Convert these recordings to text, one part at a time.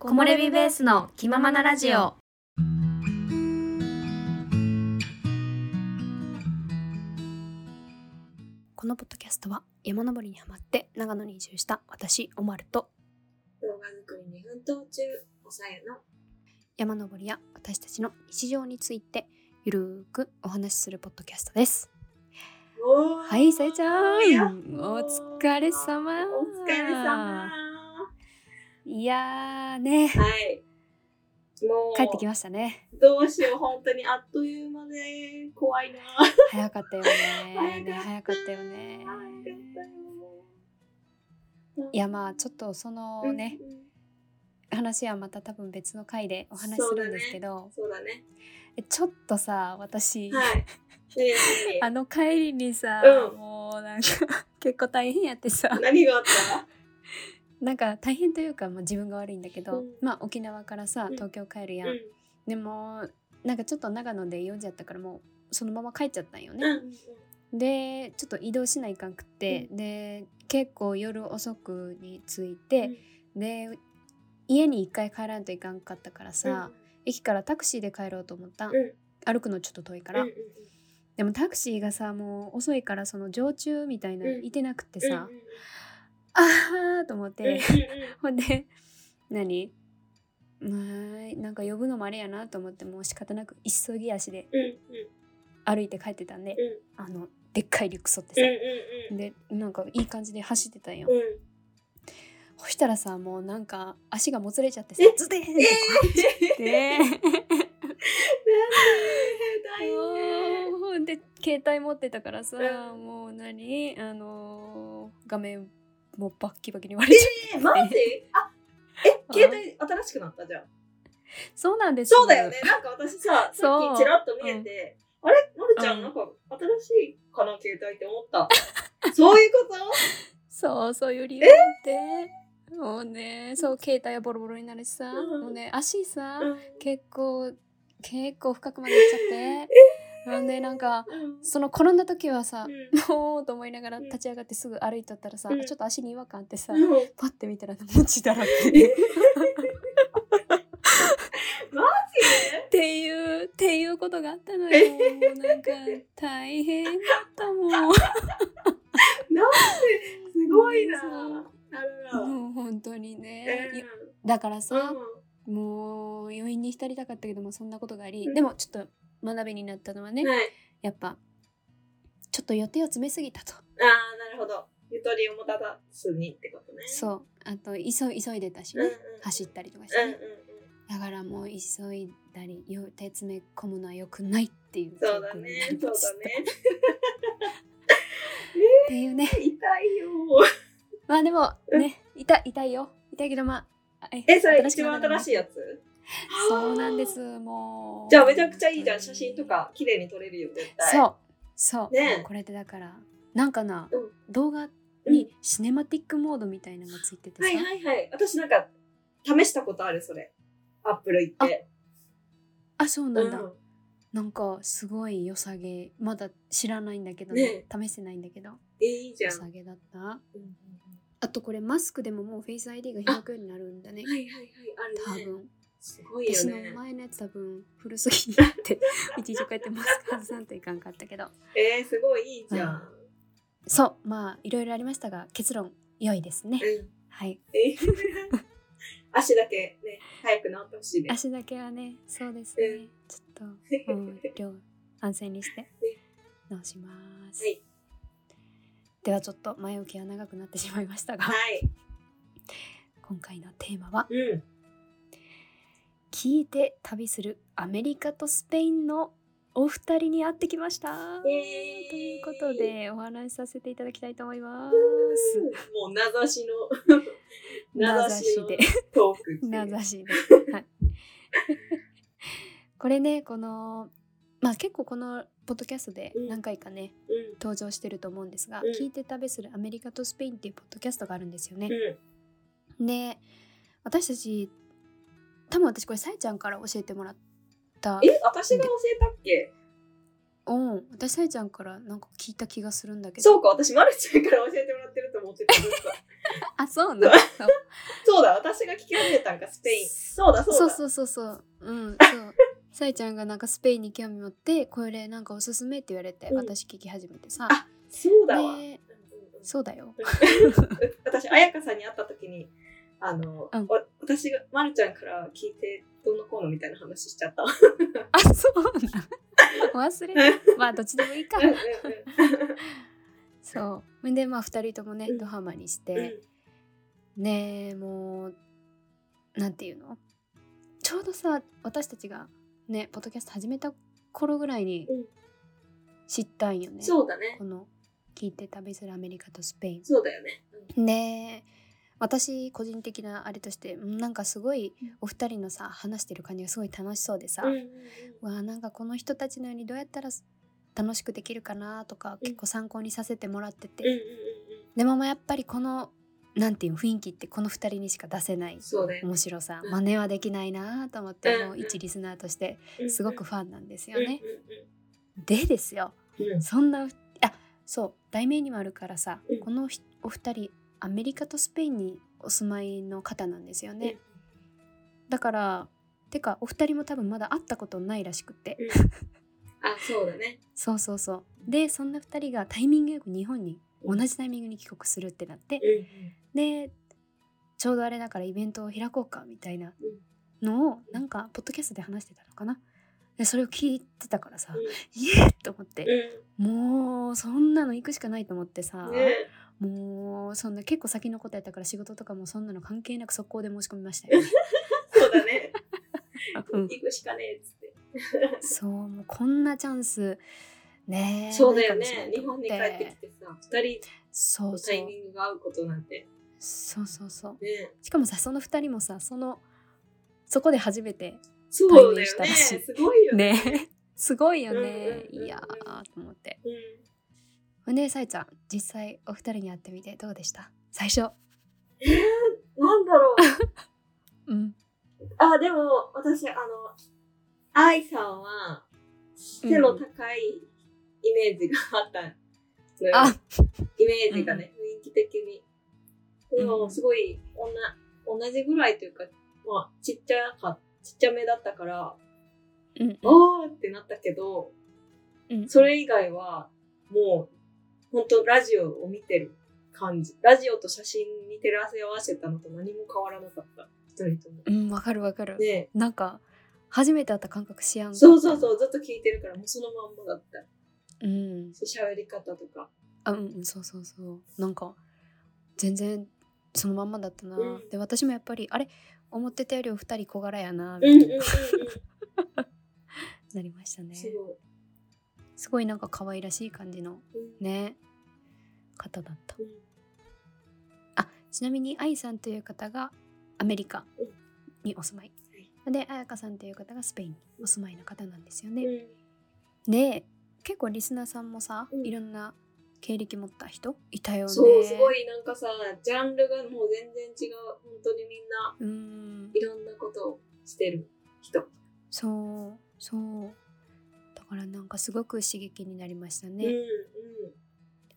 木漏れ日ベースの気ままなラジオ。このポッドキャストは山登りにハマって長野に移住した私おまると動画作りに奮闘中、おさゆの山登りや私たちの日常についてゆるーくお話しするポッドキャストです。はい、さえちゃやっん、ほおー疲れ様。お疲れ様。いやーね、はい。もう、帰ってきましたね。どうしよう、本当にあっという間で、怖いな。早かったよね。ね早早かったよね。いやまあちょっとそのね、うんうん話はまた多分別の回でお話しするんですけど、そうだね。えちょっとさ私、はい。ねえあの帰りにさ、うんもうなんか 結構大変やってさ何何があったなんか大変というか、まあ、自分が悪いんだけど、うんまあ沖縄からさうん東京帰るやん、うんでもなんかちょっと長野で読んじゃったからもうそのまま帰っちゃったんようね、ん。でちょっと移動しないかんくって、で結構夜遅くに着いて、で家に一回帰らんといかんかったからさ、駅からタクシーで帰ろうと思った、うんうん歩くのちょっと遠いから、うんうんでもタクシーがさもう遅いからその常駐みたいなうんいてなくてうんさ、うんうんあーと思っうんうんて、ほんで何まあなんか呼ぶのもあれやなと思ってもう仕方なく急ぎ足でうんうん歩いて帰ってたんで、うんあのでっかいリュック背負ってうんうさ、んでなんかいい感じで走ってたんよ、うんうんそしたらさもうなんか足がもつれちゃってさえズデーンってこうやって、もうほんで携帯持ってたからさ、うもう何あのー画面もうバッキバキに割れちゃって、えマ ジあえ携帯新しくなったじゃんそうなんですそうだよねなんか私ささ そっうきちらっと見えて、あれまるちゃん、うんなんか新しいかな携帯って思ったそういうことそうそういう理由ってもうねそう携帯はボロボロになるしさ、うんもうね足さ、うん結構結構深くまで行っちゃってほんでなんかうんその転んだ時はさ、うもうと思いながらうん立ち上がってすぐ歩いとったらさ、うんちょっと足に違和感あってさ、んうんパッて見たら餅だらけっえていうっていうことがあったのよもうなんか大変だったもんなんでうんすごいなそうあらら、もう本当にね、いえだからー、さ、もう余韻に浸りたかったけどもそんなことがあり、でもちょっと学びになったのはね、うんはいやっぱちょっと予定を詰めすぎたと、ああなるほどゆとりを持たずにってことねそうあと急い急いでたしうんね、うん走ったりとかしうんて、うんねだからもう急いだり予定詰め込むのは良くないっていうそうだ教訓にねなりそうましただねっていうね痛いよまあでもね痛い痛いよ痛いけどまあえそれ一番新しいいやつそうなんですもうじゃあめちゃくちゃいいじゃん写真とか綺麗に撮れるよ絶対そうそう、ねもうこれでだからなんかな、う動画にシネマティックモードみたいなのがついててさ、はいはいはい私なんか試したことあるそれアップル行ってあそうなんだ、うんなんかすごい良さげまだ知らないんだけど、ね試してないんだけどえいいじ良ゃんさげだったうんうんあとこれマスクでももうフェイス ID が開くようになるんだねうんはいはい 多はいあるね分すごいよ私のね前のやつ多分古すぎになって いちいちこうやってマスク外さんといかんかったけどえー、すごいいいじゃん、そうまあいろいろありましたが結論良いですねうんはいえ足だけね早く治ってほしいね足だけはねそうですねちょっとも う両安静にして直します、はいではちょっと前置きは長くなってしまいましたがはい今回のテーマはうん聞いて旅するアメリカとスペインのお二人に会ってきましたイエーイということでお話しさせていただきたいと思いまうすん。もう名指しの名名指指ししででトークっていう名指しで。 はい、これねこのまあ結構このポッドキャストでうん何回かね、うん登場してると思うんですが、うん聞いて旅するアメリカとスペインっていうポッドキャストがあるんですよね。うんで私たち多分私これさえちゃんから教えてもらったえ私が教えたっけうん私さえちゃんからなんか聞いた気がするんだけどそうか私まるちゃんから教えてもらってると持って たずっとあそうなのそうだ私が聞き始めたんかスペインそうだそうだそうそうそうそううんそうさえちゃんがなんかスペインに興味持ってこれなんかおすすめって言われて、うん私聞き始めてさあそうだわ、でそうだよ私彩香さんに会った時にあの、うんお私がまるちゃんから聞いてどうのこうのみたいな話しちゃったあそうなの忘れたまあどっちでもいいかうんうんうんそうほんでまあ2人ともねうんドハマりしうて、んねえもうなんていうのちょうどさ私たちがねポッドキャスト始めた頃ぐらいにうん知ったんよね、そうだねこの聞いて旅するアメリカとスペイそうだよね、ンで私個人的なあれとしてうんなんかすごいうんお二人のさ話してる感じがすごい楽しそうでさ、うんうんうんわあなんかこの人たちのようにどうやったら楽しくできるかなとかうん結構参考にさせてもらってて、うんうんうんでもまあやっぱりこのなんていうの雰囲気ってこの2人にしか出せないそうだよね面白さうん真似はできないなと思って、うんもう一リスナーとしてうんすごくファンなんですようんうんね。でですようんうんそんなふあそう題名にもあるからさ、うんこのひお二人アメリカとスペインにお住まいの方なんですよね。だからてかお二人も多分まだ会ったことないらしくて、うんあそうだねそうそうそうでそんな2人がタイミングよく日本に同じタイミングに帰国するってなってうんうんでちょうどあれだからイベントを開こうかみたいなのをなんかポッドキャストで話してたのかなでそれを聞いてたからさうイエーと思ってんもうそんなの行くしかないと思ってうさんねもうそんな結構先のことやったから仕事とかもそんなの関係なく速攻で申し込みましたよ、ねそうだねうん行くしかねえっつってそうもうこんなチャンスねえそうだよないかねもしれないと日思本っに帰ってきてさ二人そうのそタうイミングが合うことなんてそうそうそうねしかもさその2人もさそのそこで初めてそう対だ面よしたねらしいすごいよねね すごいよね、うんうんうんうんいやーと思ってうんねえさえちゃん実際お二人に会ってみてどうでした最初えー、なんだろう。うんあ、でも、私、あの、愛さんは、背の高いイメージがあったのよ。あイメージがね、雰囲気的に。でうも、んすごい、おな同じぐらいというか、まあ、ちっちゃか、ちっちゃめだったから、うんおーってなったけど、うんそれ以外は、もう、本当ラジオを見てる感じ。ラジオと写真に照らせ合わせたのと何も変わらなかった。一人とも。うんわかるわかる、ねなんか初めて会った感覚しやんかそうそうそう、ずっと聞いてるから、もうそのまんまだった。うん喋り方とか。あうんうんそうそうそうなんか全然そのまんまだったな、うんで私もやっぱりあれ思ってたよりお二人小柄やなうんうんうんうん。なりましたねすごすごいなんか可愛らしい感じのい。うんね方だったうんあちなみに愛さんという方がアメリカうんにお住まい、で彩香さんという方がスペインにお住まいの方なんですようね、んで結構リスナーさんもさ、うんいろんな経歴持った人いたよねそう、すごいなんかさ、ジャンルがもう全然違う。本当にみんな、うーんいろんなことをしてる人。そうそうだからなんかすごく刺激になりましたね、うんうん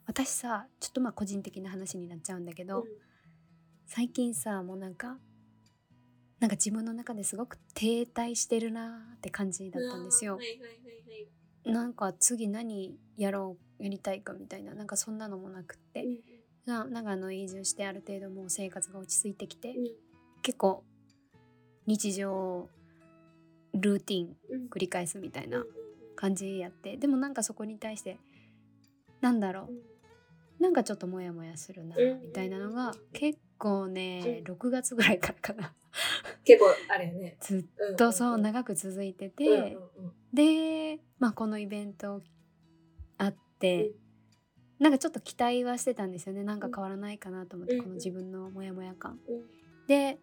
私さちょっとまあ個人的な話になっちゃうんだけうど、ん。最近さもうなんかなんか自分の中ですごく停滞してるなーって感じだったんですよは。いはいはいはい。なんか次何やろうやりたいかみたいななんかそんなのもなくって、うんな長野移住してある程度もう生活が落ち着いてきうて、ん結構日常ルーティンうん繰り返すみたいうんなうんうん感じやってでもなんかそこに対してなんだろうなんかちょっとモヤモヤするなうんみたいなのがうん結構ねう6月ぐらいからかな結構、あれやね。ずっうんとそう長く続いてうんうんてうんで、まあ、このイベントあってなんかちょっと期待はしてたんですよねなんか変わらないかなと思ってうんこの自分のモヤモヤ感。うんで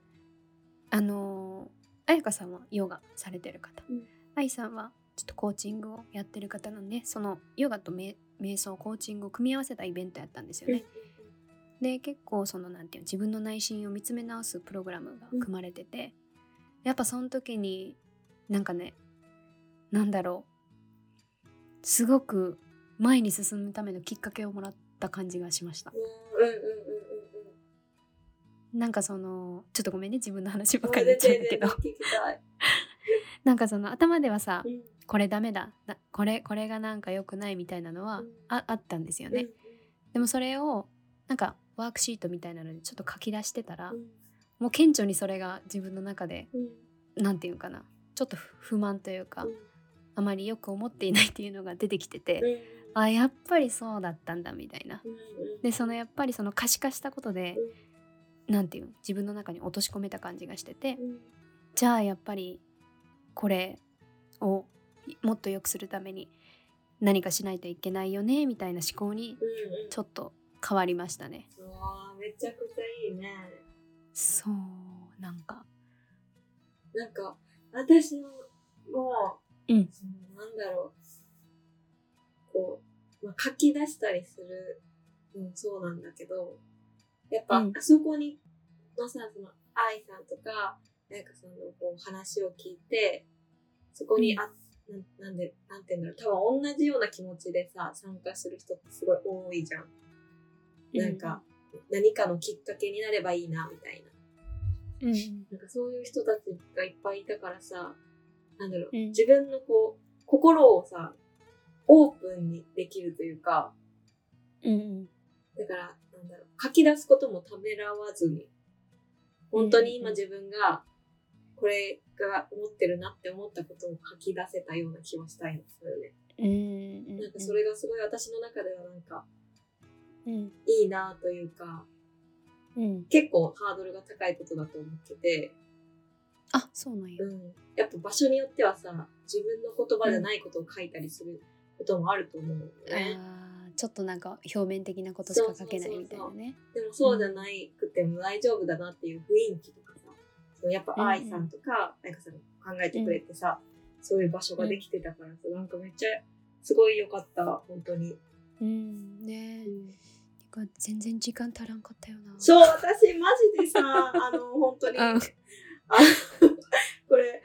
あの彩香さんはヨガされてる方うん愛さんはちょっとコーチングをやってる方なんでそのヨガとめ瞑想コーチングを組み合わせたイベントやったんですようんね。で結構そのなんていうの自分の内心を見つめ直すプログラムが組まれてて、やっぱその時になんかねなんだろうすごく前に進むためのきっかけをもらった感じがしました。うんうんうんうんなんかそのちょっとごめんね自分の話ばっかりになっ全ちゃう然ん全だけど然聞きたい。なんかその頭ではさうんこれダメだなこれこれがなんか良くないみたいなのは、うんああったんですようんね、でもそれをなんかワークシートみたいなのでちょっと書き出してたら、もう顕著にそれが自分の中でうんなんていうのかなちょっと不不満というか、うんあまりよく思っていないっていうのが出てきてて、うんあやっぱりそうだったんだみたいなうんうんでそのやっぱりその可視化したことで、なんていうの自分の中に落とし込めた感じがしてうて、んじゃあやっぱりこれをもっと良くするために何かしないといけないよねみたいな思考うんにうんちょっと変わりましたね。うわーめちゃくちゃいいね。そうなんか、なんか、私の、もう、うんそのなんだろう、こう、まあ、書き出したりするのもそうなんだけど、やっぱ、うんあそこに、のさ、その、愛さんとか、なんかその、こう、話を聞いて、そこに、あ、なんなんで、なんて言うんだろう、多分同じような気持ちでさ、参加する人ってすごい多いじゃん。なんか、何かのきっかけになればいいな、みたいな。うん、うんなんかそういう人たちがいっぱいいたからさ、なんだろう、うん自分のこう、心をさ、オープンにできるというか、うんだから、なんだろう、書き出すこともためらわずに、本当に今自分が、これが思ってるなって思ったことを書き出せたような気はしたいんですよね。うんうんうんなんかそれがすごい私の中ではなんか、うんいいなというか、うん結構ハードルが高いことだと思ってて、あそうなんやう。ん、やっぱ場所によってはさ自分の言葉じゃないことを書いたりすることもあると思うのあね、ーちょっとなんか表面的なことしか書けないみたいなね。でもそうじゃないくても大丈夫だなっていう雰囲気とかさそうやっぱうんうん愛さんとか愛花さんが考えてくれてさ、そういう場所ができてたからさなんかめっちゃすごい良かった本当に、うんねえてか全然時間足らんかったよな。そう私マジ でさあの 本当に、うんあこれ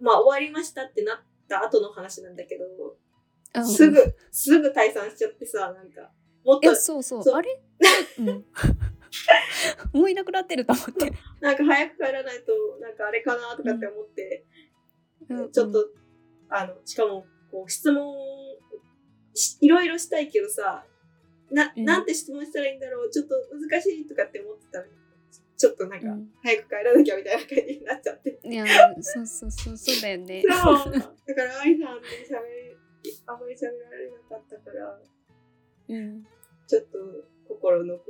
まあ終わりましたってなった後の話なんだけどうんすぐ、すぐ退散しちゃってさ、なんか、もっとえ、そうそうそうあれ、うん、 もういなくなってると思って、なんか早く帰らないと、なんかあれかなとかって思って、うんちょっと、あの、しかも、こう、質問し、いろいろしたいけどさ、な、うんなんて質問したらいいんだろう、ちょっと難しいとかって思ってたのに、ちょっとなんかう、ん早く帰らなきゃみたいな感じになっちゃって。いやそうそうそう そうだよね そう、だから、愛さんで喋り、あんまり喋られなかったから、うんちょっと心残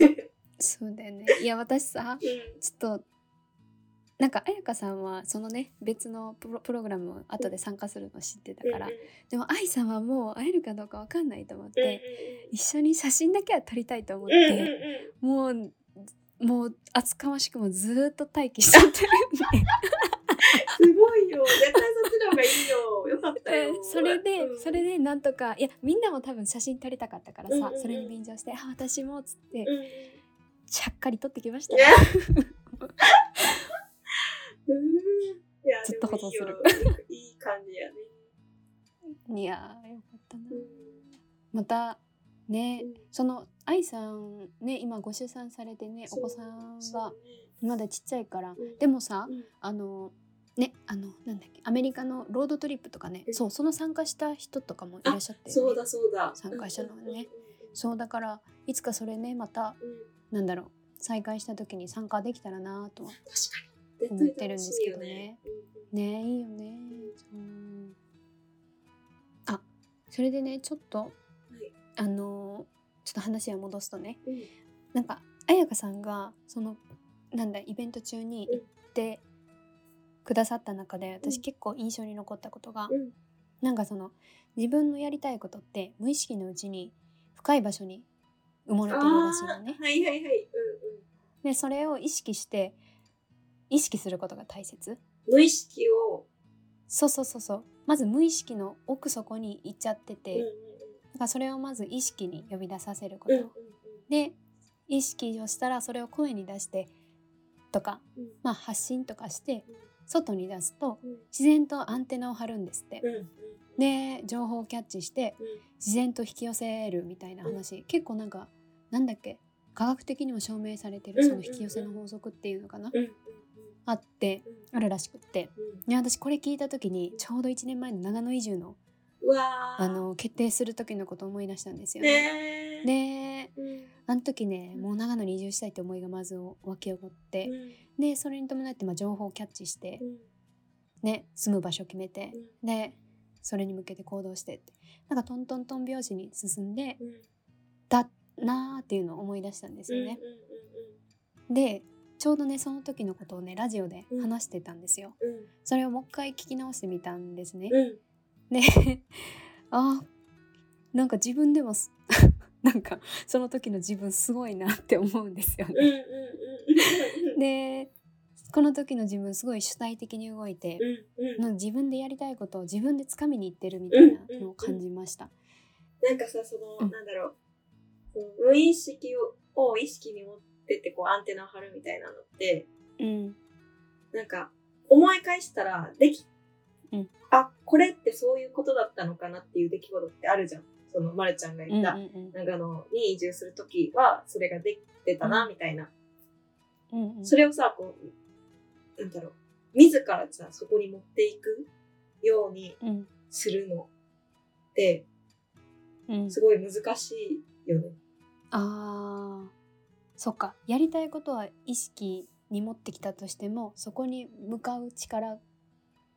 そうだよねいや私さり。ちょっとなんか彩香さんはそのね別のプロプログラムを後で参加するの知ってたから、うんでも愛さんはもう会えるかどうかわかんないと思って、う一緒に写真だけは撮りたいと思っんうんうんうんうんて、もうもう厚かましくもずーっと待機しちゃってるんですごいよ。絶対そっちの方がいいよ。よかったよ。うんそれで、 うんそれでなんとかいやみんなも多分写真撮りたかったからさ、うんうんうんそれに便乗して「あ私も」っつって、うん。ちゃっかり撮ってきましたいやよ。いや、ずっと保存するでもいいよ。いい感じやね。いやーよかったなうんまたねうんその愛さんね今ご出産されてねお子さんそはうねまだちっちゃいからうんでもさうんあのねあのなんだっけアメリカのロードトリップとかねうんそうその参加した人とかもいらっしゃって、ね、そうだそうだ。参加者のねうん。そうだからいつかそれねまたうんうんなんだろう再開した時に参加できたらなとは確かに。思ってるんですけどね絶対楽しいよ。ねいいよねそうあそれでねちょっとあのちょっと話を戻すとねうんうんなんか彩香さんがそのなんだイベント中にうん行ってくださった中でう私ん結構印象に残ったことが、うんなんかその自分のやりたいことって無意識のうちに深い場所に埋もれているらしいのあねー。はいはいはい。うんうん。でそれを意識して意識することが大切無意識を。そうそうそうそうまず無意識の奥底に行っちゃってうて、んうんうんだからそれをまず意識に呼び出させるこうと、んうんで意識をしたらそれを声に出してとか、うんまあ、発信とかしてうん外に出すとうん自然とアンテナを張るんですってう。んうん。で情報をキャッチしてうん自然と引き寄せるみたいな話、結構なんかなんだっけ科学的にも証明されてうるんその引き寄せの法則っていうのかな、うんうんあってうんあるらしくってうんいや私これ聞いた時にちょうど1年前の長野移住のうわーあの決定する時のことを思い出したんですよね。ねえでうんあの時ねうんもう長野に移住したいって思いがまず湧き起こって、うんでそれに伴ってまあ情報をキャッチして、うんね、住む場所を決めてう、んでそれに向けて行動してってなんかトントントン拍子に進んでうんたなーっていうのを思い出したんですよね。うんでちょうどねその時のことをねラジオで話してたんですよ。うんうんそれをもう一回聞き直してみたんですね。うんで あなんか自分でもす なんかその時の自分すごいなって思うんですようんうんね。 うんでこの時の自分すごい主体的に動いて、うんうんなんか自分でやりたいことを自分で掴みにいってるみたいなのを感じました。なんかさ、その、うんなんだろう、その無意識をを意識に持ってって、こう、アンテナを張るみたいなのって、うん、なんか、思い返したら、でき、うんあ、これってそういうことだったのかなっていう出来事ってあるじゃん。その、まるちゃんがうん、う言んっうた、ん長野に移住するときは、それができてたな、みたいな。うんうんそれをさ、こう、なんだろう、自らさ、そこに持っていくようにうんするのって、うんすごい難しいよね。あーそっかやりたいことは意識に持ってきたとしてもそこに向かう力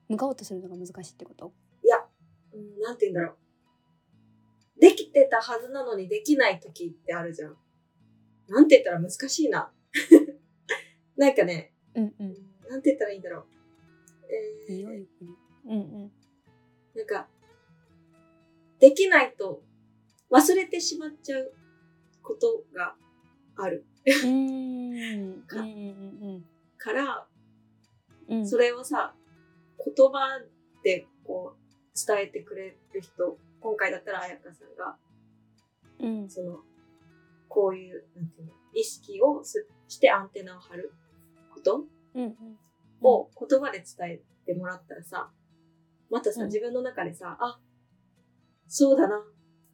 向かおうとするのが難しいってこといや、うん、なんて言うんだろう。できてたはずなのにできない時ってあるじゃん。なんて言ったら難しいな。 なんかね、うんうんなんて言ったらいいんだろう。えーいいよゆっくりうんうんなんか、できないと忘れてしまっちゃうことがあるうんうんうんから、うんそれをさ、言葉でこう伝えてくれる人、今回だったら彩香さんがうんその、こういう、なんていうの、意識をすしてアンテナを張ることうんうんを言葉で伝えてもらったらさ、またさ、うん自分の中でさ、あ、そうだなっ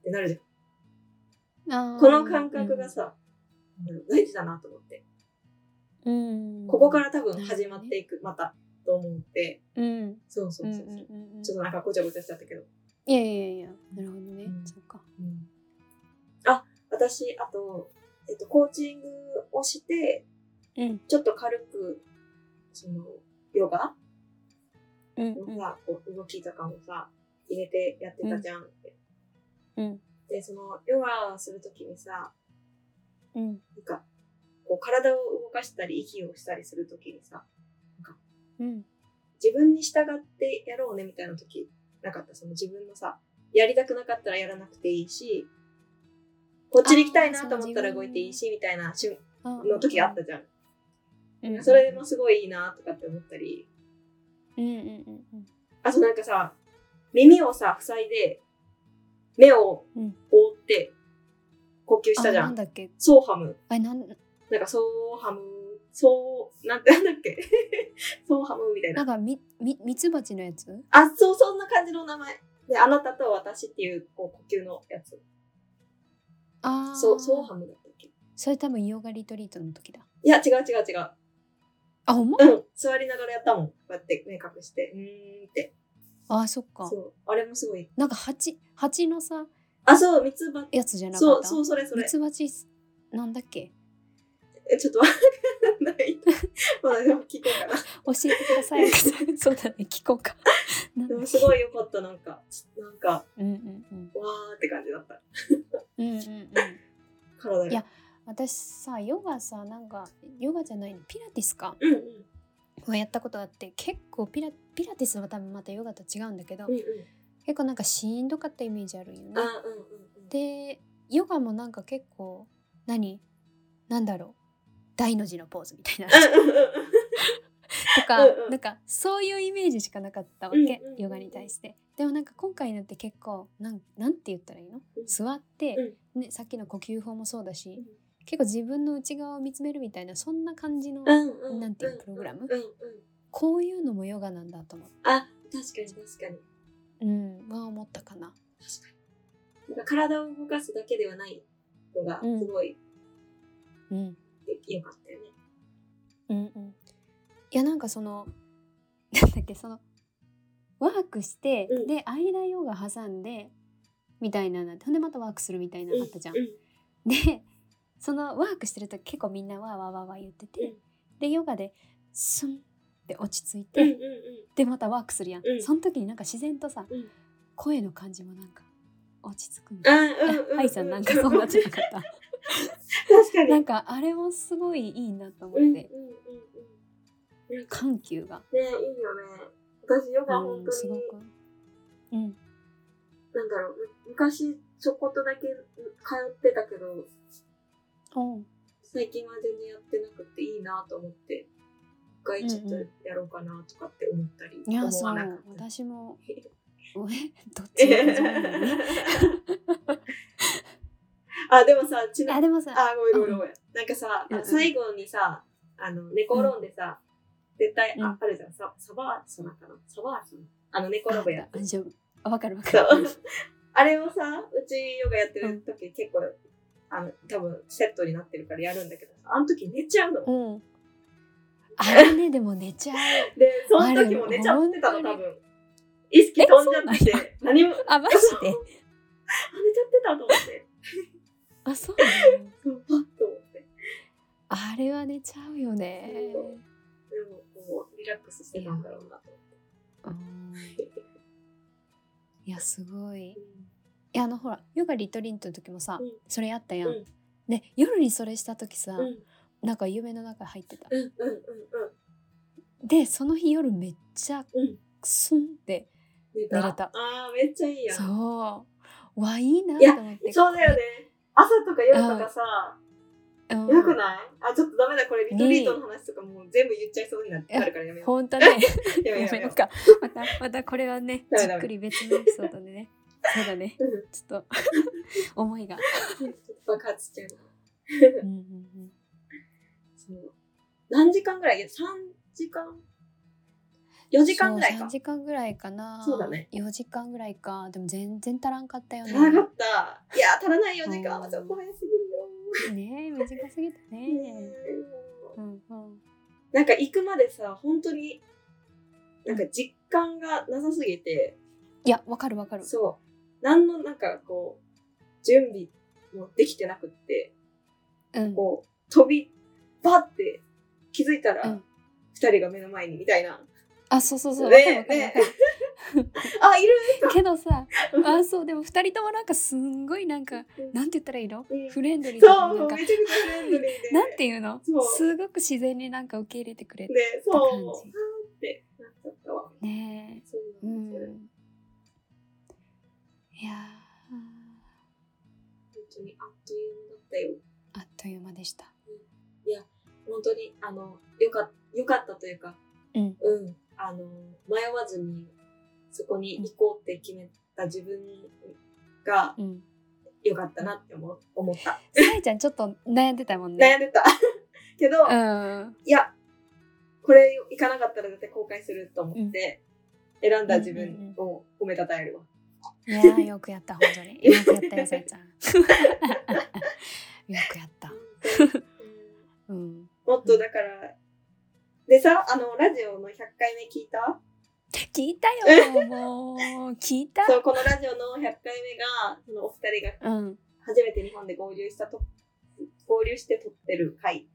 てなるじゃん。あーこの感覚がさ、うん大事だなと思って。うんここから多分始まっていく、また、と思って。うんそうそううんそうう。んうんうんちょっとなんかごちゃごちゃしちゃったけど。いやいやいやなるほどね、うんそっかあ、私、あと、えっと、コーチングをして、うんちょっと軽く、その、ヨガうんのさ、こう動きとかもさ、入れてやってたじゃんって。うんで、その、ヨガをするときにさ、うんなんか、こう体を動かしたり、息をしたりするときにさ、うん自分に従ってやろうねみたいなときなかった。その自分のさ、やりたくなかったらやらなくていいし、こっちに行きたいなと思ったら動いていいし、みたいな瞬あの時あったじゃん。うんそれもすごいいいなとかって思ったり、うんうんうんうんあとなんかさ、耳をさ、塞いで、目をうん覆って、呼吸したじゃあなんん。だっけソーハム。あれなんなんかソーハム、ソー、なんてなんだっけ ソーハムみたいなな。んかみみミツバチのやつあ、そう、そんな感じの名前。で、あなたと私っていうこう呼吸のやつ。ああそう、ソーハムだったっけいそれ多分ヨガリトリートの時だや、違う違う違う。あほんまうん、座りながらやったもん。こうやって目隠して、うーんって。あーそっかそう、あれもすごい。なんか蜂蜂のさあ、そう、ミツバやつじゃなかそっう、たそう、それそれミ。ツバチなんだっけえちょっとわからない。 まだでも聞こうか な。教えてください そうだね聞こうか なんでだもすごい良かった、なんか。なんか、うんうんうんわーって感じだった。うんうんうん体が。いや私さヨガさなんかヨガじゃないピラティスかうんうん。はやったことあって結構ピラピラティスは多分またヨガと違うんだけど、うんうん。結構なんかしんどかったイメージあるよねあうんうんうん。でヨガもなんか結構何なんだろう大の字のポーズみたいなとうんうんうんか、うんうんなんかそういうイメージしかなかったわけ、うんうんうんうんヨガに対してでもなんか今回のって結構なんなんて言ったらいいのうん座って、ね、さっきの呼吸法もそうだし、結構自分の内側を見つめるみたいなそんな感じの、うんうん。なんていうプログラムうんうん。こういうのもヨガなんだと思って、あ、確かに確かに。うん、は思ったかな。なんか体を動かすだけではないのが、うんすごい、うんよかったよね。うんうんいやなんかその なんだっけそのワークして、うんで間ヨガ挟んでみたいななんてほんでまたワークするみたいなのあったじゃん。うんでそのワークしてる時結構みんなわーわーわーわー言ってて、うんでヨガでスンって落ち着いて、うんうんうんでまたワークするやん、うんその時になんか自然とさ、うん声の感じもなんか落ち着くみたいな。あうんうんうん。愛さんなんかそうなっちゃなかった確かに。なんかあれもすごいいいなと思っうんうんうんて、うん。なんか緩急が、ねいいよね。私ヨガう本ん、当すに、ごく、うん、なんだろうむ昔ちょこっとだけ通ってたけどおう最近は全然やってなくていいなと思って一回ちょっとやろうかなとかって思ったり、いや思そわなかっうた。私もえどっちも始まるのに あでもさち なあでもさあごめんごめんごめんなんかさ、うんうん最後にさあの寝転んでさ、絶対あ,、あるじゃんササバーソナかなサバーソナあの寝転ぶやあ大丈夫あわかるわかつるそうあれをさうちヨガやってる時、結構あの多分セットになってるからやるんだけどさあの時寝ちゃうのうんあれねでも寝ちゃうでその時も寝ちゃってたのあれ多分意識飛んじゃってえそうなんて何もああマジで寝ちゃってたと思ってあそうなそのうパッと思ってあれは寝ちゃうよねそうでもこうリラックスしてたんだろうなと思って。うんいやすごいいやあのほらヨガリトリートの時もさ、うんそれやったやん、うんで夜にそれした時さ、うんなんか夢の中入ってたうんうんうんでその日夜めっちゃうんうんスンって寝た寝れたああめっちゃいいやんそうわいいなと思ってそうだよね朝とか夜とかさ、うんよくないあちょっとダメだこれリトリートの話とかもう全部言っちゃいそうになってるからやめよほんとねうやめよやうやめめよよううかまたまたこれはねダじメダメっくり別のエピソードでねそうだねうんちょっと思いが、ちょっと爆発しちゃうなうんうんうんそう何時間ぐらいいや3時間4時間ぐらいそうか3時間ぐらいかなそうだね4時間ぐらいかでも全然足らんかったよね足らなかったいや足らない4時間うはんちょっと早すぎるよねえ短すぎたねうんうんなんか行くまでさ本当になんか実感がなさすぎて、いやわかるわかるそう何のなんかこう準備もできてなくってうんこう飛びバって気づいたうらん2人が目の前にみたいな、あそうそうそうわかるわねかるわねかる あいる けどさあそうでも2人ともなんかすんごいなんかなんて言ったらいいのうんフレンドリーなそなうんかめちゃくちゃフレンドリーでなんていうのそうすごく自然になんか受け入れてくれてねそう感じあーってなっちゃったわねそうえうなんですよんいやー本当にあっという間だったよあっという間でした本当にあのよかよかったというかうんうん、あの迷わずにそこに行こうって決めた自分がうん良かったなって思思ったさえちゃんちょっと悩んでたもん悩ねんでた けど、うんいやこれ行かなかったら絶対後悔すると思って、選んだ自分を褒めたたえ るわ、いやーよくやった本 当によくやったよさえちゃん よくやったうんうんもっとだからでさあのラジオの100回目聞いた聞いたよもう聞いたそうこのラジオの100回目がそのお二人がうん初めて日本で合流したと合流して撮ってる回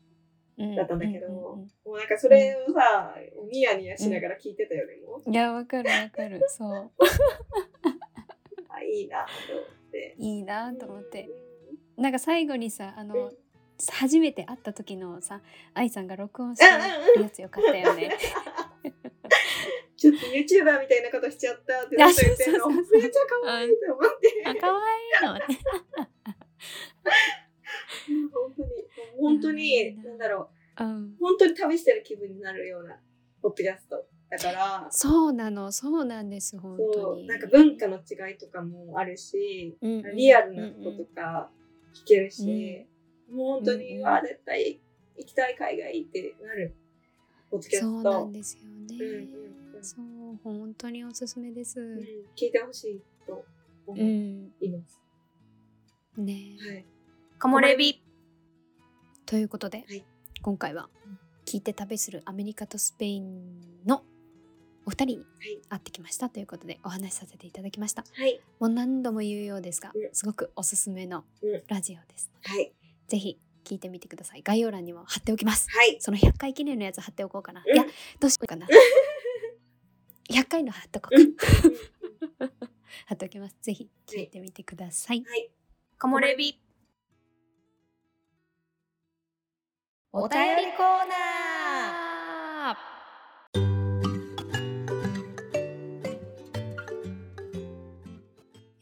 うんだったんだけどううんもうなんかそれをさ、ニヤニヤしながら聞いてたよね、もう。うんいやわかるわかるそうあ、いいなと思って。いいなと思ってうん。なんか最後にさあうんの初めて会った時のさ愛さんが録音したやつよかったよねちょっと YouTuber みたいなことしちゃったってずっと言ってんの。いやそうそうそうめっちゃ可愛いと思って。あ可愛いのね本当に、本当に、なんだろうん う、本当に旅してる気分になるようなポッドキャスト。だから、そうなのそうなんです本当そう、になんか文化の違いとかもあるし、うんうんリアルなこととか聞けるし、もう本当うんに、うんわあ絶対行きたい海外ってなる。ポッドキャスト。そうなんですよね、うんうんうんそう本当におすすめです、うん聞いてほしいと思ういんます。ねえはい。木漏れ日。ということで、はい今回はうん聞いて旅するアメリカとスペインのお二人に会ってきましたということでお話しさせていただきましたはい。もう何度も言うようですが、うんすごくおすすめのうんラジオです、はい。ぜひ聞いてみてください概要欄にも貼っておきますはい。その100回記念のやつ貼っておこうかな、うんいやどうしよ うかな100回の貼っとこううか、ん貼っておきますぜひ聞いてみてくださいはい。木漏れ日。お便りコーナー。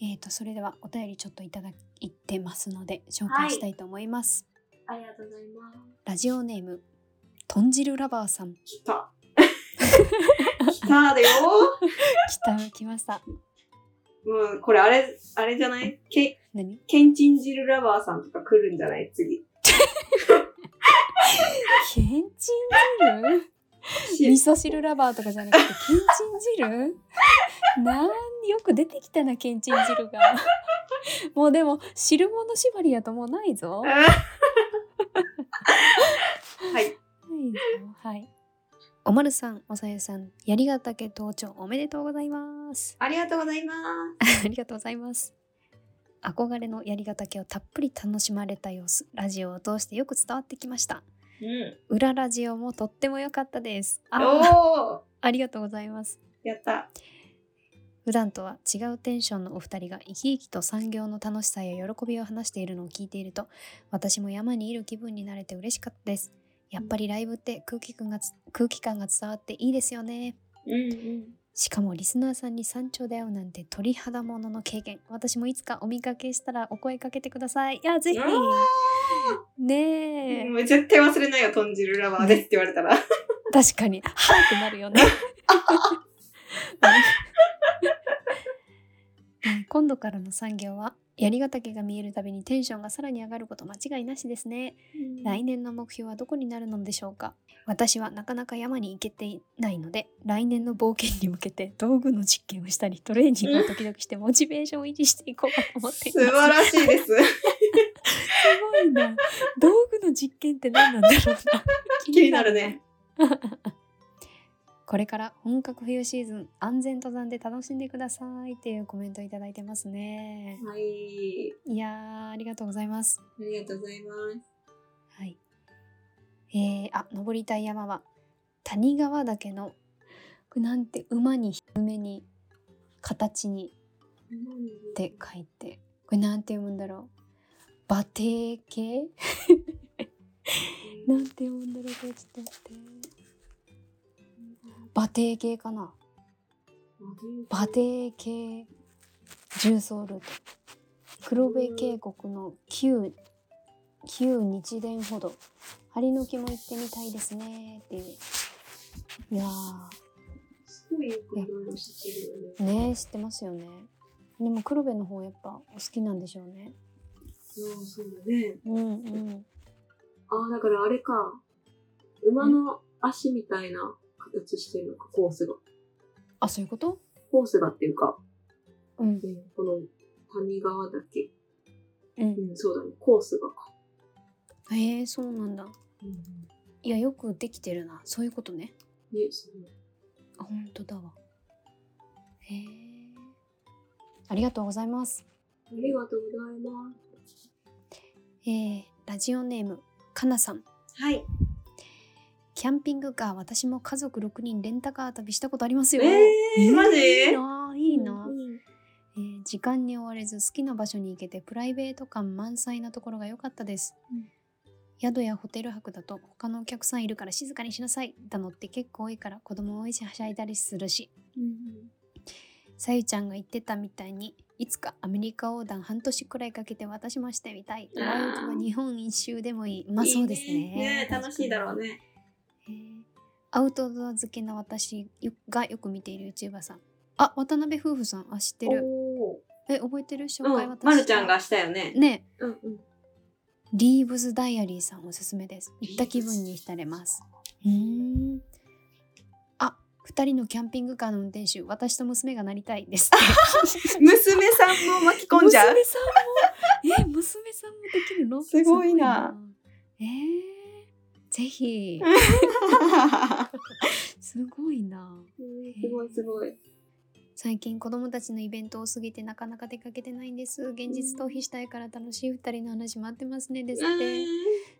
えー、とそれではお便りちょっといただいてますので紹介したいと思います、ありがとうございます。ラジオネーム豚汁ラバーさん来た。来ただよ。 来た来ましたもう、これあれ、あれじゃないけ、 何けんちん汁ラバーさんとか来るんじゃない次。けんちん汁味噌汁ラバーとかじゃなくてけんちん汁なんよく出てきたなけんちん汁 がもうでも汁物縛りやともうない ぞうんなはいい。ぞはいおまるさんおさゆさん槍ヶ岳登頂おめでとうございますありがとうございます。 ありがとうございます。憧れの槍ヶ岳をたっぷり楽しまれた様子、ラジオを通してよく伝わってきました。うん。裏ラジオもとっても良かったです。あおお。ありがとうございます。やった。普段とは違うテンションのお二人が生き生きと産業の楽しさや喜びを話しているのを聞いていると、私も山にいる気分になれて嬉しかったです。やっぱりライブって空気感がつ空気感が伝わっていいですよね。うんうん。しかもリスナーさんに山頂で会うなんて鳥肌ものの経験私もいつかお見かけしたらお声かけてくださいいやぜひうわねえもう絶対忘れないよ、豚汁ラバーですって言われたら。確かにはぁってなるよねね今度からの産業は槍ヶ岳が見えるたびにテンションがさらに上がること間違いなしですね来年の目標はどこになるのでしょうか私はなかなか山に行けていないので来年の冒険に向けて 道具の実験をしたりトレーニングを時々してモチベーションを維持していこうかと思ってい素ます晴らしい です。すごいな道具の実験って何なんだ ろうな気になるね。これから本格冬シーズン安全登山で楽しんでくださいっていうコメントいただいてますねはい。いやーありがとうございますありがとうございます。はい。えー、あ、登りたい山は谷川岳のこれなんて馬にひめに形にって書いてこれなんて読むんだろう馬蹄形 なんて読むんだろうこれちょっと待って馬蹄形かな馬蹄形重曹ルート黒部渓谷の旧旧日殿ほど針の木も行ってみたいですねっていういやすごいよくいろいろ知ってるよね。ーねえ知ってますよねでも黒部の方やっぱお好きなんでしょうねそうそうだね。うんうんああ、だからあれか。馬の足みたいな形してるのか、コースが。あそういうことコースがっていうか、うんうんこの谷川だけ。うんうん、そうだね。コースがか。へえそうなんだうん、いやよくできてるなそういうことねね、すごい。あ本当だわへえありがとうございますありがとうございまえー、ラジオネームかなさんす。はい。キャンピングカー私も家族6人レンタカー旅したことありますよ、えー、マジいいなあいいなあ、うんえー時間に追われず好きな場所に行けてプライベート感満載なところが良かったです、うん宿やホテル泊だと他のお客さんいるから静かにしなさいだのって結構多いから子供多いしはしゃいだりするしさゆちゃんが言ってたみたいにいつかアメリカ横断半年くらいかけて私もしてみたいあー前置きは日本一周でもいいまあそうですねいいねね楽しいだろうね。へーアウトドア好きな私がよく見ている YouTuber さん。あ、渡辺夫婦さん、あ、知ってる。おえ、覚えてる紹ー。う介ん私、、まるちゃんが。したよね。ね、うんうん。リーブズダイアリーさんおすすめです。行った気分に浸れます。うーん。あ、二人のキャンピングカーの運転手、私と娘がなりたいです。娘さんも巻き込んじゃう。娘さんも、え、娘さんもできるのすごいな。えー、ぜひ すごいなすごいすごい。最近子供たちのイベントを過ぎてなかなか出かけてないんです現実逃避したいから楽しい二人の話待ってますねですって、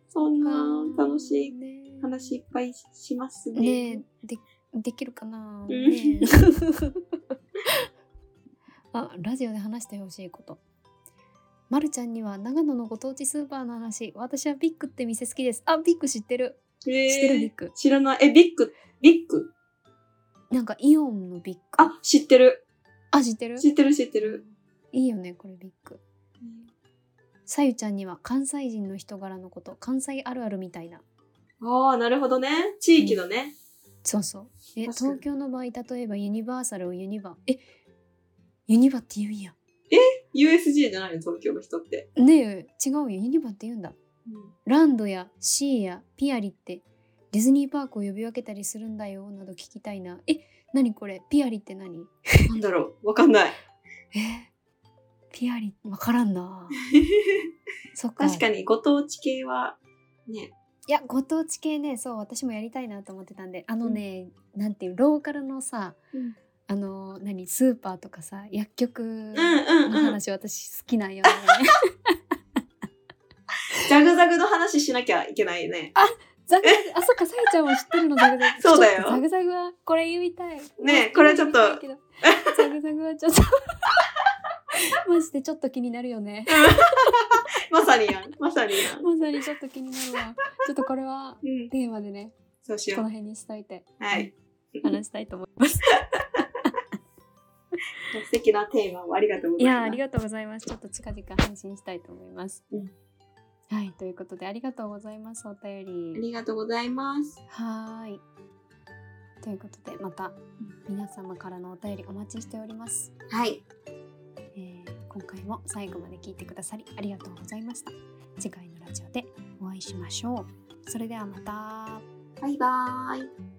そんな楽しいい話いっぱいししますね。ねえでできるかな、うん ねえあラジオで話してほしいことまるちゃんには長野のご当地スーパーの話私はビッグって店好きですあビッグ知ってるえ知ってるビッグ知らない。え、ビッグ、ビッグ。なんかイオンのビッグああ、知ってる。知ってる知ってる、知ってる。いいよねこれビッグさゆちゃんには関西人の人柄のこと関西あるあるみたいなああ、なるほどね。地域のね。そうそうえ確かに東京の場合例えばユニバーサルをユニバえユニバって言うんや USJ じゃないの、東京の人って。ねえ違うよユニバって言うんだランドやシーやピアリってディズニーパークを呼び分けたりするんだよなど聞きたいな。え、何これピアリって何なんだろうわかんない。えピアリわからんな。そっか。確かに、ご当地系は、ね。いや、ご当地系ね、そう、私もやりたいなと思ってたんで、あのね、なんていう、ローカルのさ、うんあの、何、スーパーとかさ、薬局うんうんのうん。話、私好きなんよね。 ジャグザグの話しなきゃいけないね。ザグザグ、あ、そっか、さゆちゃんも知ってるの、ザグザ グ。そうだよちょっとザグザグは、これ言いたい。ねまあこれはちょっと言いたいけど ザグザグはちょっと。マジでちょっと気になるよね。まさにやん。まさにやん。まさにちょっと気になるわ。ちょっとこれは、うん。テーマでね、そうしこのよ辺にしといて、う。はい。話したいと思います。素敵なテーマをありがとうございいます。やありがとうございます。ちょっと近々配信したいと思います。うんはいということでありがとうございますお便あり。りがとうございます。はーい。ということでまた皆様からのお便りお待ちしております。はい。えー今回も最後まで聞いてくださりありがとうございました。次回のラジオでお会いしましょう。それではまた。バイバーイ。